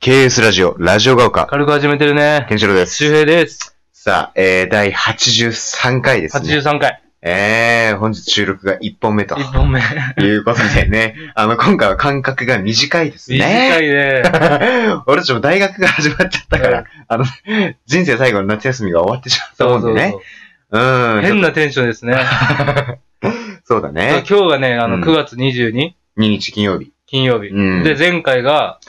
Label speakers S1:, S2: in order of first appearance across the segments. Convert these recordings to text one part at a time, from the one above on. S1: KS ラジオ、ラジオが丘、
S2: 軽く始めてるね。
S1: ケンシロウです
S2: 周。平です。
S1: さあ、えー、第83回ですね。
S2: 83回。
S1: えー、本日収録が1本目と
S2: 1本目。
S1: いうことでね、あの、今回は間隔が短いです
S2: 短
S1: ね。
S2: いね。
S1: 俺たちも大学が始まっちゃったから、あの、人生最後の夏休みが終わってしまった
S2: そ
S1: も
S2: うんそ
S1: で
S2: う
S1: ね
S2: そ。
S1: うん。
S2: う。
S1: ちょ
S2: 変
S1: っ
S2: なテンション ですね。
S1: とそうだ
S2: 今
S1: ね。
S2: 日がね、あ
S1: う
S2: の、
S1: ん
S2: 9月22、
S1: 2日金曜日。
S2: 金曜日。
S1: うん
S2: で、前回が、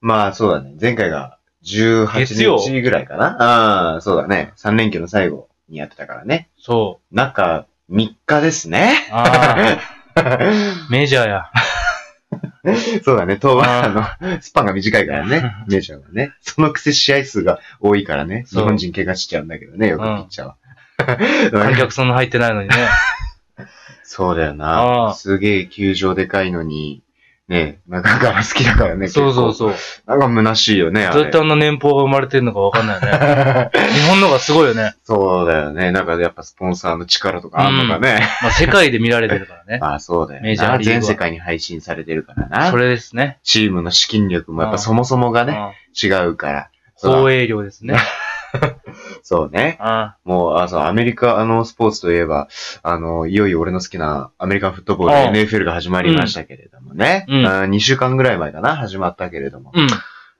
S1: まあ、そうだね。前回が
S2: 月曜
S1: 18日ぐらいかな。うん、そうだね。3連休の最後にやってたからね。
S2: そ
S1: 中3日ですね。
S2: う。 ああ、メジャーや。
S1: そうだね。当番、
S2: うん
S1: あの、スパンが短いからね。メジャーはね。そのくせ試合数が多いからね。日
S2: そう
S1: 本人怪我しちゃうんだけどね、よくピ
S2: うん
S1: ッチャーは。
S2: 観客そんな入ってないのにね。
S1: そうだよ
S2: う
S1: な。
S2: ん
S1: すげえ球場でかいのに、ね、中から好きだからね。
S2: そうそう
S1: う。
S2: そう。
S1: なんか虚しいよね、あ
S2: どうやっ
S1: れ
S2: て。あんな年俸が生まれてるのかわかんないよね。 日本の方がすごいよね。
S1: そうだよね。なんかやっぱスポンサーの力とかあんのかね。
S2: まあ、世界で見られてるからね。
S1: まあそうだよ
S2: メジャー
S1: な。
S2: リーグは
S1: 全世界に配信されてるからな。
S2: それですね。
S1: チームの資金力もやっぱそもそもがね、違うから。
S2: うん
S1: そう
S2: 放
S1: だ
S2: 映量ですね。
S1: そうね。
S2: あ
S1: もう、あ、そう、アメリカあのスポーツといえば、あの、いよいよ俺の好きなアメリカンフットボール NFL が始まりましたけれどもね。
S2: うん
S1: 2週間ぐらい前かな、始まったけれども。
S2: うん。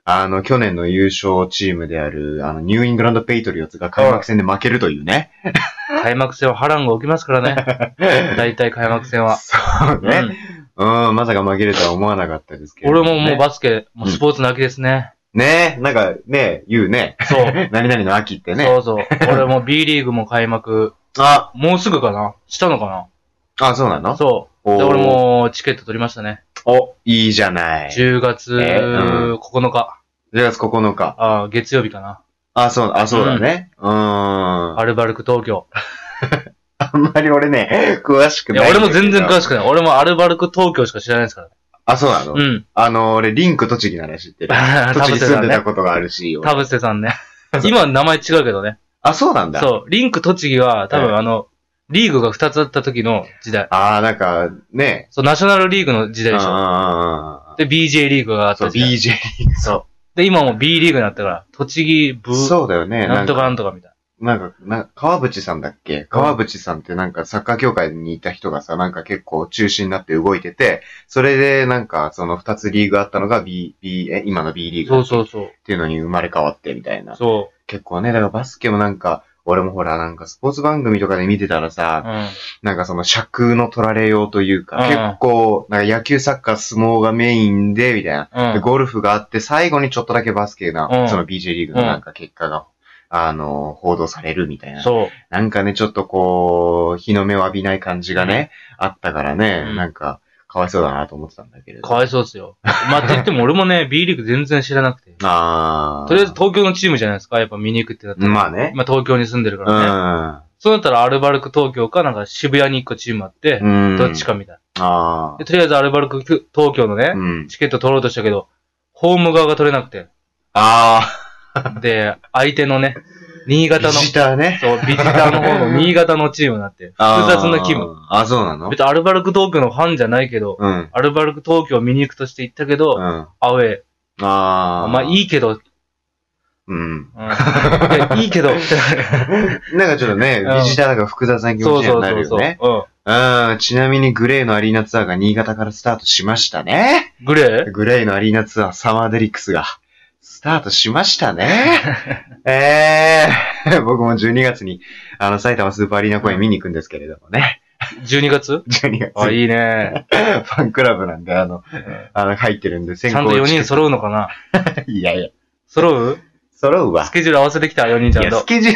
S1: あの、去年の優勝チームである、あの、ニューイングランドペイトリオッツが開幕戦で負けるというね。
S2: 開幕戦は波乱が起きますからね。大体開幕戦は。
S1: そう
S2: う
S1: ね。
S2: ん
S1: うん、まさか負けるとは思わなかったですけれ
S2: 俺
S1: ども、ね。
S2: ももうバスケ、もうスポーツの秋ですね。
S1: ねなんか、ね言うね。
S2: そう。
S1: 何々の秋ってね。
S2: そうそう。俺も B リーグも開幕、
S1: あ、
S2: もうすぐかなしたのか
S1: あ、そうなの
S2: なそ
S1: お
S2: う。
S1: ー
S2: で、俺もチケット取りましたね。
S1: お、いいじゃない。10
S2: 10月
S1: えうん
S2: 9日。
S1: 月9日。
S2: ああ、月曜日かな。
S1: あ、そう、あ、そうだね。うーん。あ
S2: アルバルク東京。
S1: んまり俺ね、詳しく
S2: い
S1: な
S2: や、
S1: い。
S2: 俺も全然詳
S1: しく
S2: しくない。俺もアルバルク東京しか知らないですから。
S1: あ、そうなの、
S2: うん。
S1: あの、俺、リンク栃木なら知ってる。
S2: 田
S1: 栃木
S2: 臥
S1: 住
S2: さ
S1: ん
S2: ん
S1: で
S2: ね
S1: た。ことがあるし。俺
S2: 田臥さ んね。今名前違うけどね。
S1: あ、そうなんだ。
S2: そう。リンク栃木は多
S1: ええ
S2: 分あの、リーグが2つあった時の時代。
S1: あー、なんか、ね。
S2: そう、ナショナルリーグの時代でしょ。
S1: あ
S2: で、BJ リーグがあっ
S1: そう、
S2: た時代。
S1: BJ リーグ。そ
S2: で、今もう B リーグになったから、栃木部
S1: う。、そうだよね。
S2: なんとかなん
S1: か。
S2: とかみたい
S1: なんか、な川淵さんだっけ川淵さんってなんかサッカー協会にいた人がさ、なんか結構中心になって動いてて、それでなんかその二つリーグあったのが B、B、え、今の B リー
S2: な。
S1: グだ
S2: そう
S1: っけ
S2: そうそう。
S1: っていうのに生まれ変わってみたいな。
S2: そ
S1: 結構ね、だからバスケもなんか、俺もほら、なんかスポーツ番組とかで見てたら
S2: う。う
S1: さ、
S2: ん。
S1: なんかその尺の取られようというか、
S2: うん
S1: 結構、なんか野球、サッカー、相撲がメインで、みたいな。
S2: うん
S1: で、ゴルフがあって、最後にちょっとだけバスケな、
S2: うん
S1: その BJ リーグのなんか結果が、あの、報道されるみたいな。
S2: そう。
S1: なんかね、ちょっとこう、日の目を浴びない感じがね、あったからね、
S2: うん
S1: なんか、かわいそうだなと思ってたんだけれど。
S2: かわいそうですよ。まあ、って言っても俺もね、B リーグ全然知らなく て。
S1: あー
S2: とりあえず東京のチームじゃないですか。やっぱ見に行くってなったら。
S1: まあね。
S2: 今東京に住んでるからね。
S1: う
S2: そうなったらアルバルク東京かなんか渋谷に一個チームあって、
S1: ん。うん。
S2: どっちかみたい
S1: あ
S2: な。で、とりあえずアルバルク東京の
S1: あ。
S2: ね
S1: う、ん。
S2: チケット取ろうとしたけど、ホーム側が取れなくて。
S1: あ
S2: で、相手のね、新
S1: あ。
S2: 潟の、
S1: ビジターね。
S2: そう、ビジター の方の新潟のチームになって、複雑な気分。
S1: 分。あ、そうなの
S2: 別にアルバルク東京のファンじゃないけど、
S1: うん。
S2: アルバルク東京見に行くとして行ったけど、
S1: うん。あ
S2: アウェイ。
S1: あ。
S2: まあい
S1: い。
S2: いけど、うん
S1: うん。
S2: いやいいけ ど、
S1: なんかちょっとね、
S2: うん
S1: ビジターなんか複雑な気
S2: そ
S1: 持
S2: う
S1: ち
S2: そ
S1: に
S2: う
S1: な
S2: そ
S1: る
S2: うそ
S1: よ
S2: う、
S1: ね。
S2: う
S1: うん。ちなみにグレイのアリーナツアーが新潟からスタートしました ね。
S2: ん。グレー
S1: グレイのアリーナツアーサマーデリックスがスタートしました ね。ええー。 僕も12月に、あの、埼玉スーパーアリーナ公演見に行くんですけれどもね。
S2: ?12 月
S1: 12月
S2: あ、
S1: に
S2: いいね。
S1: ファンクラブなんで、あの、あの、入ってるんで、先
S2: ちゃんと4人揃うのかな
S1: 人いやいや、
S2: 揃う
S1: 揃うわ
S2: ス。ケジュール合わせてきた ?4 人ちゃん
S1: いやス
S2: と。
S1: ケジュー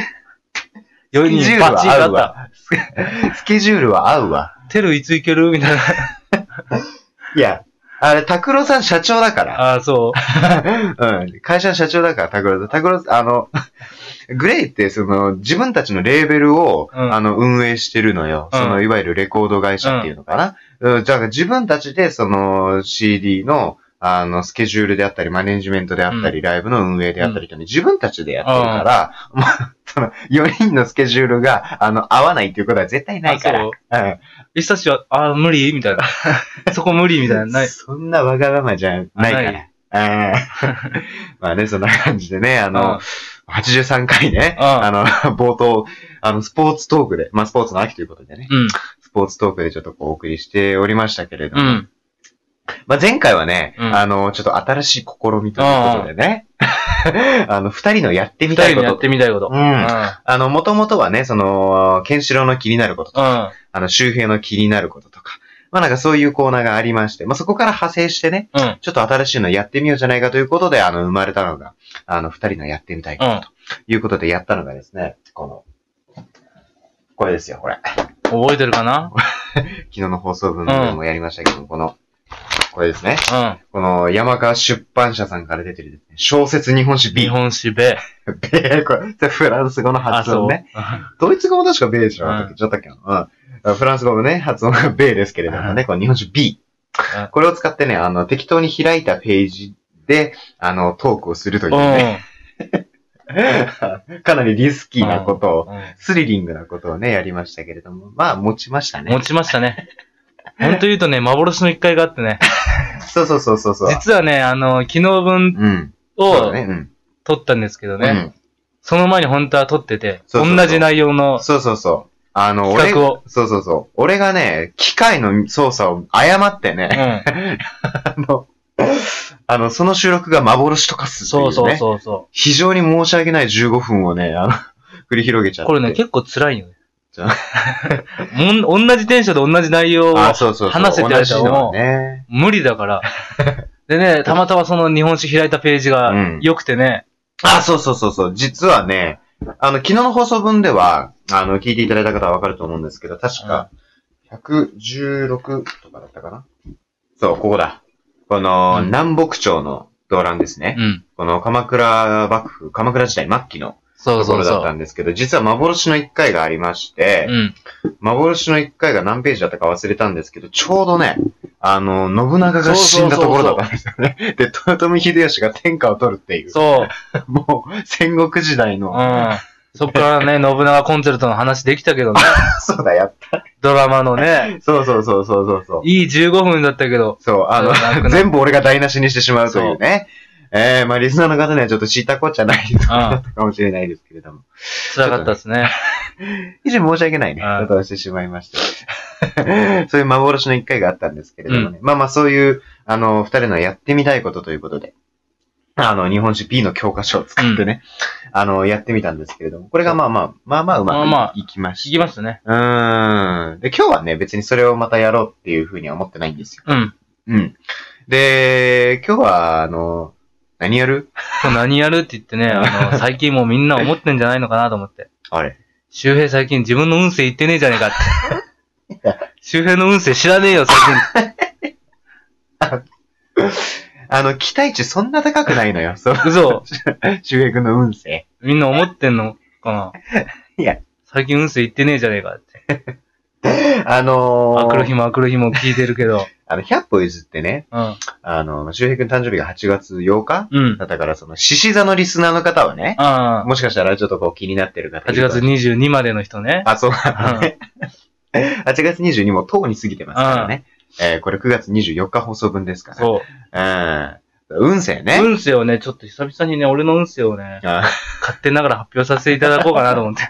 S1: ル
S2: 4
S1: スケジュー
S2: 人
S1: ルは
S2: バッチリ
S1: 合
S2: だ
S1: う
S2: った。
S1: わ。スケジュールは合うわ。
S2: テルいつ行けるみたいな。
S1: いや、あれ、拓郎さん社長だから。
S2: ああ、そう。
S1: うん。会社の社長だから、拓郎さん。拓郎さん、あの、グレイって、その、自分たちのレーベルを、
S2: うん
S1: あの、運営してるのよ。
S2: うん
S1: その、いわゆるレコード会社っていうのかな。うん。だから自分たちで、その、CD の、あの、スケジュールであったり、マネジメントであったり、ライブの運営であったりとね、自分たちでやってるから、まあ、 その、4人のスケジュールが、あの、合わないっていうことは絶対ないから。
S2: あ。そ
S1: う
S2: う。
S1: ん。
S2: リサシは、ああ、無理みたいな。そこ無理みたいな。ない。
S1: そんなわがままじゃないから。え ーまあね、そんな感じでね、あの、83回ね、
S2: うん
S1: あの、冒頭、あの、スポーツトークで、まあ、スポーツの秋ということでね、
S2: うん。
S1: スポーツトークでちょっとこうお送りしておりましたけれど
S2: う
S1: も、
S2: ん。
S1: まあ、前回はね、
S2: うん
S1: あの、ちょっと新しい試みということでね、 あの、二人のやって
S2: 二
S1: みたい
S2: 人
S1: こ
S2: でや
S1: と
S2: っ。てみたいこと。
S1: う。
S2: うんん。
S1: あの、もともとはね、その、ケンシロウの気になることとか、あの、周平の気になることとか、まあなんかそういうコーナーがありまして、まあそこから派生してね、
S2: うん。うん。
S1: ちょっと新しいのやってみようじゃないかということで、あの、生まれたのが、あの、二人のやってみたいことということでやったのがですね、この、これですよ、これ。
S2: 覚えてるかな
S1: 昨日の放送分でもやりましたけど、この、これですね。
S2: うん。
S1: この、山川出版社さんから出てるですね、小説日本史 B。
S2: 日本史べ。
S1: えー これ、フランス語の発音ね。ドイツ語も確かベーでしょ、
S2: うん
S1: だっけちょっとだっけなうん。フランス語もね、発音がベーですけれどもね、この日本酒 B
S2: うん。
S1: これを使ってね、あの、適当に開いたページで、あの、トークをするという
S2: そう。
S1: ね、 かなりリスキーなことを、
S2: うん。
S1: スリリングなことをね、やりましたけれども、まあ、持ちましたね
S2: 持。ちましたね。ほんと言うとね、幻の一回があってね。
S1: そうそうそうそうそう。
S2: 実はね、あの、昨日分
S1: うん。そう
S2: を
S1: だね、うん。
S2: 撮ったんですけど
S1: う
S2: ね。
S1: ん
S2: その前に本当は撮ってて、
S1: そうそ
S2: 同
S1: うそう
S2: じ内容の、
S1: そうそうそう。あの、俺
S2: 企画を、
S1: そうそうそう。俺がね、機械の操作を誤ってね、
S2: うん。
S1: あの、その収録が幻とかすっていう、
S2: そ
S1: ね。
S2: うそうそうそ
S1: 非常に申し訳ない15分をね、あの、繰り広げちゃ
S2: う。
S1: って。
S2: これね、結構辛いよね
S1: じゃあ。
S2: もん同じテンションで同じ内容を
S1: あ、そうそうそう。
S2: 話せ
S1: 同
S2: てると
S1: じ
S2: 思
S1: の
S2: う
S1: ね。
S2: 無理だ から。でね、たまたまその日本史開いたページ
S1: うん
S2: が良くてね、
S1: あ、そうそうそうそう。実はね、あの、昨日の放送分では、あの、聞いていただいた方はわかると思うんですけど、確か、116とかだったかな。そう、ここだ。この、
S2: うん
S1: 南北朝の動乱ですね。
S2: うん。
S1: この、鎌倉幕府、鎌倉時代末期の
S2: そう
S1: とこ
S2: そ
S1: ろ
S2: う
S1: だ
S2: そ
S1: った
S2: う。
S1: んですけど、実は幻の1回がありまして、
S2: うん。
S1: 幻の1回が何ページだったか忘れたんですけど、ちょうどね、あの、信長が死んだところだったんですよね。で、豊臣秀吉が天下を取るっていう、
S2: そう。
S1: もう戦国時代
S2: う
S1: の、
S2: ん。そっから ね、信長コンセルトの話できたけどね、
S1: そうだ、やっ
S2: ドラマのね、
S1: た。そうそうそうそうそうそう。
S2: いい15分だったけど、
S1: そう、あ
S2: でもなくな
S1: の、
S2: る
S1: 全部俺が台無しにしてしまうというね。ええまあ、リスナーの方にはちょっと知ったこっちゃないところだったかもしれないですけれども。
S2: 辛かったですね。
S1: 非常に申し訳ないね、
S2: はい
S1: ことをしてしまいました。 そういう幻の一回があったんですけれどもね。まあまあそういう、あの、二人のやってみたいことということで、あの、日本史 B の教科書を使ってね、あの、やってみたんですけれども、これがまあまあ、まあまあうまくい,、
S2: まあまあ
S1: きま
S2: 聞
S1: し
S2: きましたね。
S1: た。うーん。で、今日はね、別にそれをまたやろうっていうふうには思ってないんですよ。
S2: うん。
S1: うん。で、今日は、あの、何やる
S2: そう何やるって言ってね、あの、 最近もうみんな思ってんじゃないのかなと思って。
S1: あれ。
S2: 周平最近自分の運勢言ってねえじゃねえかって。周平の運勢知らねえよ、最近。
S1: あの、期待値そんな高くないのよ。そう。
S2: 嘘。
S1: 周平君の運勢。
S2: みんな思ってんのかな。
S1: いや。
S2: 最近運勢言ってねえじゃねえかって。
S1: あのー、
S2: あくる日もあくる日も聞いてるけど。
S1: あの、100歩譲ってね、
S2: うん。
S1: あの、周平くん誕生日が8月8日
S2: うん。
S1: だったから、その、獅子座のリスナーの方はね、
S2: ああ。
S1: もしかしたらちょっとこう気になってる方い
S2: 8
S1: ると
S2: 月22までの人ね。
S1: あ、そうだね。8月22もとうに過ぎてますからね。えーこれ9月24日放送分ですから。
S2: そう。
S1: うん。運勢 ね。
S2: 運勢をね、ちょっと久々にね、俺の運勢をね、
S1: あ
S2: 勝手ながら発表させていただこうかな と思って。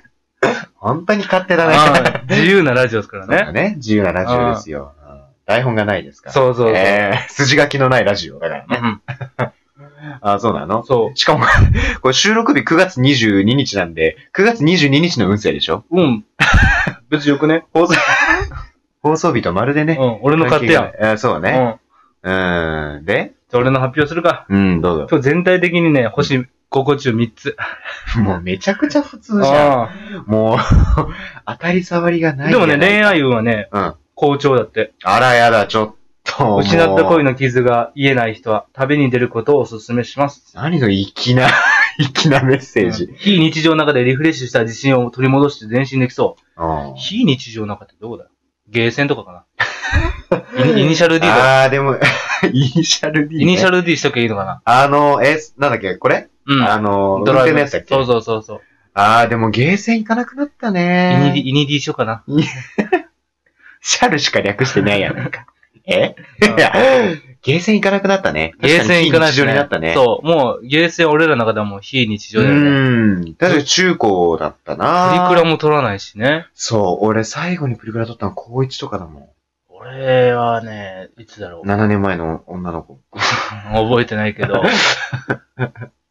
S1: 本当に勝手だね。
S2: うん自由なラジオですから
S1: そうだ
S2: ね。
S1: ね。自由なラジオですよ。うん台本がないですから。う
S2: そうそうそう。
S1: えー筋書きのないラジオだから
S2: う
S1: ね。
S2: ん。
S1: あ、そうなの
S2: そ
S1: しかも、 これ収録日9月22日なんで、9月22日の運勢でしょ
S2: う。うん。別によくね。
S1: 放送、 放送日とまるで
S2: う
S1: ね。
S2: ん。俺の勝手やん。
S1: 関係がないえーそう
S2: うん。じ
S1: ね。
S2: ゃ
S1: うん。で
S2: あ俺の発表するか。
S1: うん、どう
S2: 今日全体的にね、星5個中3つ。
S1: ぞ。もうめちゃくちゃ普通じゃん。
S2: あ
S1: もう、 当たり障りが
S2: あ
S1: ない
S2: で
S1: じゃ
S2: も
S1: ない。
S2: ね、恋愛運はね、
S1: うん。
S2: 好調だって。
S1: あらやだ、ちょっと。
S2: 失った恋
S1: の。
S2: の傷が癒えない人は、旅に出ることをお勧めします。
S1: 何の粋な、粋なメッセージ。
S2: 非日常の中でリフレッシュした自信を取り戻して前進できそう。
S1: うん
S2: 非日常の中ってどうだゲーセンとかか なイニイニシャル D とか。
S1: あー、でも、 イニシャル D ね。
S2: イニシャル D しとけばいいのかな
S1: あの、え、なんだっけ、これ
S2: うん。
S1: あの、運転のやつだっけ
S2: そうそうそうそう。
S1: あー、でもゲーセン行かなくなった
S2: イ
S1: ね
S2: ニディ、イニディしようかな。
S1: シャルしか略してないやん。え
S2: うん
S1: いや、 ゲーセン行かなくなったね。
S2: ゲーセン行かない
S1: 確に非日常になったね。
S2: そう、もう、ゲーセン俺らの中ではもう非日常だよね。
S1: うん。確かに中高だった
S2: プリ
S1: な
S2: クラも撮らないしね。
S1: そう、俺最後にプリクラ撮ったの高1とかだも
S2: 俺はね、いつだ
S1: ん。
S2: ろう。
S1: 7年前の女の子。
S2: 覚えてない けど。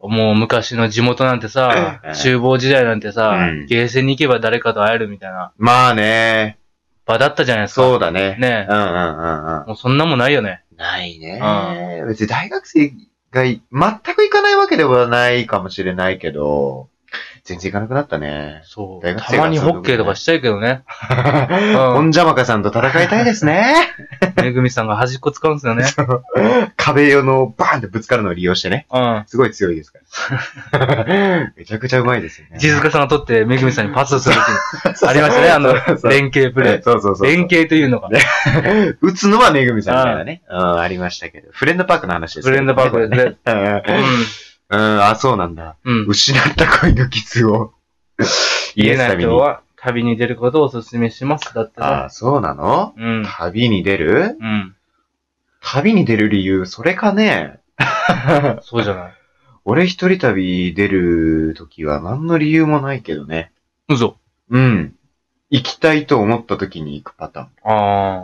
S2: もう昔の地元なんてさ
S1: うん、
S2: 厨房時代なんてさ、
S1: うん
S2: ゲーセンに行けば誰かと会えるみたいな
S1: まあね、
S2: 場だったじゃないですか。
S1: そうだね。う
S2: ね
S1: んうんうんうん。
S2: もうそんなもんないよね。
S1: ないね
S2: う。。
S1: 別に大学生がい全く行かないわけではないかもしれないけど、全然行かなくなったね
S2: そう。
S1: 大学生
S2: たまにホッケーとかしたいけどね。
S1: 本邪魔かさんと戦いたいです ね。
S2: めぐみさんが端っこ使うんですよね。
S1: 壁用のバーンってぶつかるのを利用してね。
S2: うん。
S1: すごい強いです から。めちゃくちゃうまいですよね。
S2: 地塚さんが取って、めぐみさんにパスするっていうありましたね、あの、
S1: 連
S2: 連携プレ
S1: そうそう
S2: イ。
S1: そう。
S2: 連携というのか。
S1: 打つのはめぐみさんみたいなね。うん、ありましたけど。フレンドパークの話です
S2: ブレンドパーク
S1: で。
S2: で。で
S1: うん、あ、そうなんだ。
S2: うん。うん。
S1: 失った恋の傷を癒
S2: 家
S1: す
S2: な
S1: ために
S2: 人。は旅に出ることをお勧めします。だって
S1: あ
S2: さ。
S1: あ、そうなの
S2: うん。
S1: 旅に出る
S2: うん。
S1: 旅に出る理由、それかね
S2: そうじゃない。
S1: 俺一人旅出るときは何の理由もないけどね。
S2: 嘘。
S1: うん。行きたいと思った時に行くパタ
S2: ああ。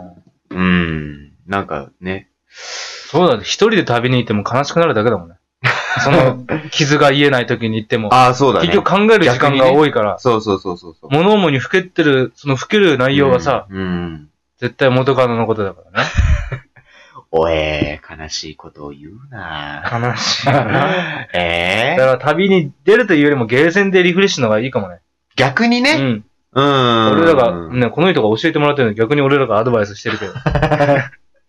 S1: ーン。うん。なんかね。
S2: そうだね。一人で旅に行っても悲しくなるだけだもんね。その、傷が癒えない時に行っても。
S1: ああ、そうだね。
S2: 結局考える時間が多いから、
S1: そうそうそうそうそう。
S2: 物思いにふけってる、そのふける内容がさ、
S1: うん。うん。
S2: 絶対元カノのことだからね。
S1: おえー、悲しいことを言う な
S2: 悲しいな。
S1: ぁ
S2: だ
S1: え
S2: か
S1: ー、
S2: ら旅に出るというよりもゲーセンでリフレッシュの方がいいかもね。
S1: 逆に
S2: う
S1: ね。
S2: ん。
S1: うん。
S2: 俺らが、ね、この人が教えてもらってるのに逆に俺らがアドバイスしてるけど。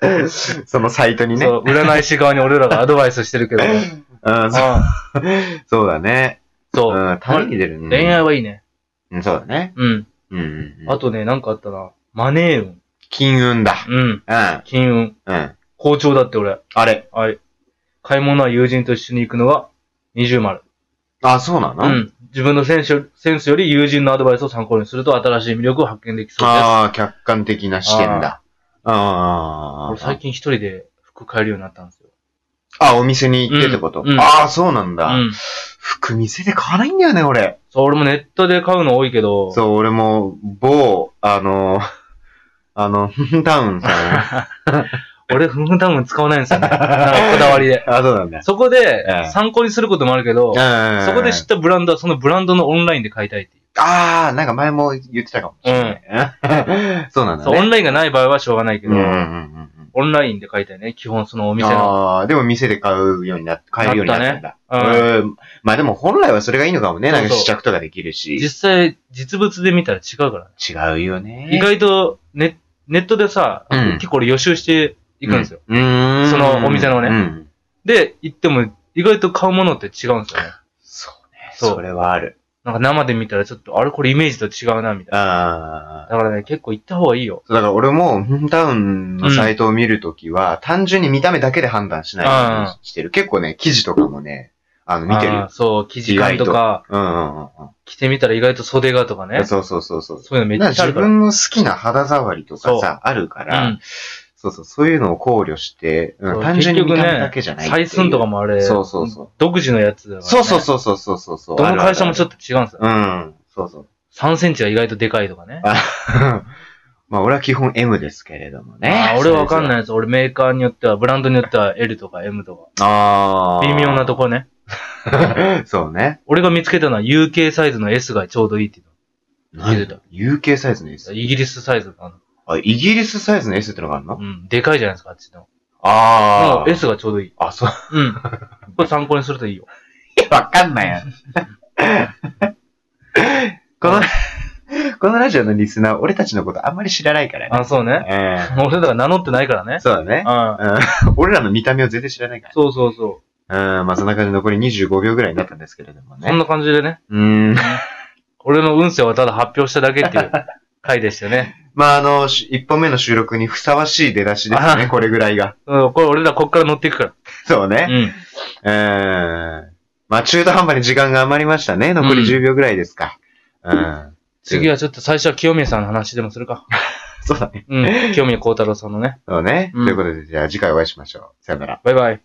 S1: そのサイトにね。
S2: そう、占い師側に俺らがアドバイスしてるけど。
S1: うん、 そ
S2: ああ
S1: そうだね。
S2: そう、
S1: うん、旅に出る、ね。
S2: 恋愛はいいね。
S1: うん、そうだね。
S2: うん。
S1: うんうんうん。
S2: あとね、なんかあったな。マネー運。
S1: 金運だ。
S2: うん。
S1: うん、
S2: 金運。
S1: うん。
S2: 好調だって俺。
S1: あれ。
S2: はい。買い物は友人と一緒に行くのが二重丸。
S1: あ、そうなの
S2: うん。自分のセンスセンスより友人のアドバイスを参考にすると新しい魅力を発見できそうです。
S1: ああ、客観的な視点だ。あ
S2: 俺最近一人で服買えるようになったんですよ。
S1: あ。あ、お店に行ってってこと、
S2: うんうん
S1: ああ、そうなんだ、
S2: うん。
S1: 服店で買わないんだよね、俺。
S2: そう、俺もネットで買うの多いけど。
S1: そう、俺も、某、あの、 あの、ダウン さん。
S2: 俺、ふんふんタウン使わないんです よね。なんかこだわりで。
S1: あ、そうなんだ。
S2: そこ
S1: え
S2: で
S1: え、
S2: 参考にすることもあるけど、
S1: うん。
S2: そこで知ったブランドはそのブランドのオンラインで買いたいっていう。
S1: ああ、なんか前も言ってたかもしれない。 そうなんだ
S2: そう、オ
S1: ね。
S2: ンラインがない場合はしょうがないけ
S1: うん
S2: ど
S1: う、んうんうん
S2: オンラインで買いたいね。基本そのお
S1: うん。
S2: 店の。
S1: ああ、でも店で買うようになって、買えるようになったんだ。
S2: なったね
S1: うん。まあでも本来はそれがいいのかもね。
S2: そうそう
S1: なんか試着とかできるし。
S2: 実際、実物で見たら違うからね。
S1: 違うよね。
S2: 意外とネ、ネットでさ、
S1: うん
S2: 結構俺予習していくんですよ。
S1: うん。うーん
S2: そのお店のね
S1: うん。
S2: で、行っても、意外と買うものって違うんですよね。
S1: そうね。
S2: そう
S1: それはある。
S2: なんか生で見たらちょっと、あれこれイメージと違うな、みたい
S1: あ
S2: な。
S1: あ。
S2: だからね、結構行った方がいいよ。
S1: そうだから俺も、フンタウンのサイトを見るときは、単純に見た目だけで判断しないようにしてる。結構ね、記事とかもね、あの、見てる
S2: あ
S1: よ
S2: ー。そう、生地感とか、
S1: うんうんうんうん。
S2: 着てみたら意外と袖がとかね。
S1: そうそうそうそう。
S2: そういうのめっ
S1: なんか
S2: ちゃ
S1: 自
S2: あるから。
S1: 分の好きな肌触りとか
S2: そ
S1: さ、あるから、
S2: うん
S1: そうそう、そういうのを考慮して、うん
S2: そう
S1: 単純に見た目だけじゃないっていう。
S2: 採寸とかもあれ、
S1: そうそうそう
S2: 独自のやつだから、ね。
S1: そうそうそうそうそうそうそう。
S2: どの会社もちょっ
S1: っ
S2: と違うんですよ。
S1: うん、そうそう。
S2: 3センチが意外とでかいとかね。
S1: あまあ俺は基本 M ですけれどもね。
S2: あー俺わかんない
S1: い。
S2: やつ。俺メーカーによっては、ブランドによっては L とか M と
S1: あ
S2: か。
S1: あ。
S2: 微妙なと
S1: こ。
S2: ころね。
S1: そうね。
S2: 俺が見つけたのは UK サイズの S がちょうどいいっていうの。見てた。
S1: UK サイズの S。
S2: イギリスサイズなの。
S1: あ、イギリスサイズの S ってのがあるの
S2: うん。でかいじゃないですか、あっちの。
S1: あ
S2: もう S がちょうどいい。
S1: あ、そう。
S2: うん。これ参考にするといいよ。
S1: わかんないや。 この、このラジオのリスナー、俺たちのことあんまり知らないからね。
S2: あ、そうね。
S1: え
S2: 俺らが名乗ってないからね
S1: え。そうだね。
S2: うん。
S1: うん俺らの見た目を全然知らないか
S2: そうそうそう。
S1: ら。うん、まあそんな感じで残り25秒ぐらいになったんですけれども
S2: そん
S1: ね。
S2: な感じでね。
S1: うん。
S2: 俺の運勢はただ発表しただけって いう回でしたね。
S1: まああの、し一本目の収録にふさわしい出だしですね、
S2: あ
S1: これぐらいが。
S2: うん、これ俺らこっから乗っていくか
S1: そう
S2: ら。う
S1: ね。
S2: ん。
S1: うん。まあ中途半端に時間が余りましたね。残り10秒ぐらいですか。うん。
S2: 次はちょっと最初は清宮さんの話でもするか。
S1: そうだね。
S2: うん。清宮幸太郎さんのね。
S1: そうね。
S2: う ん
S1: ということで、じゃあ次回お会いしましょう。さよなら。
S2: バイバイ。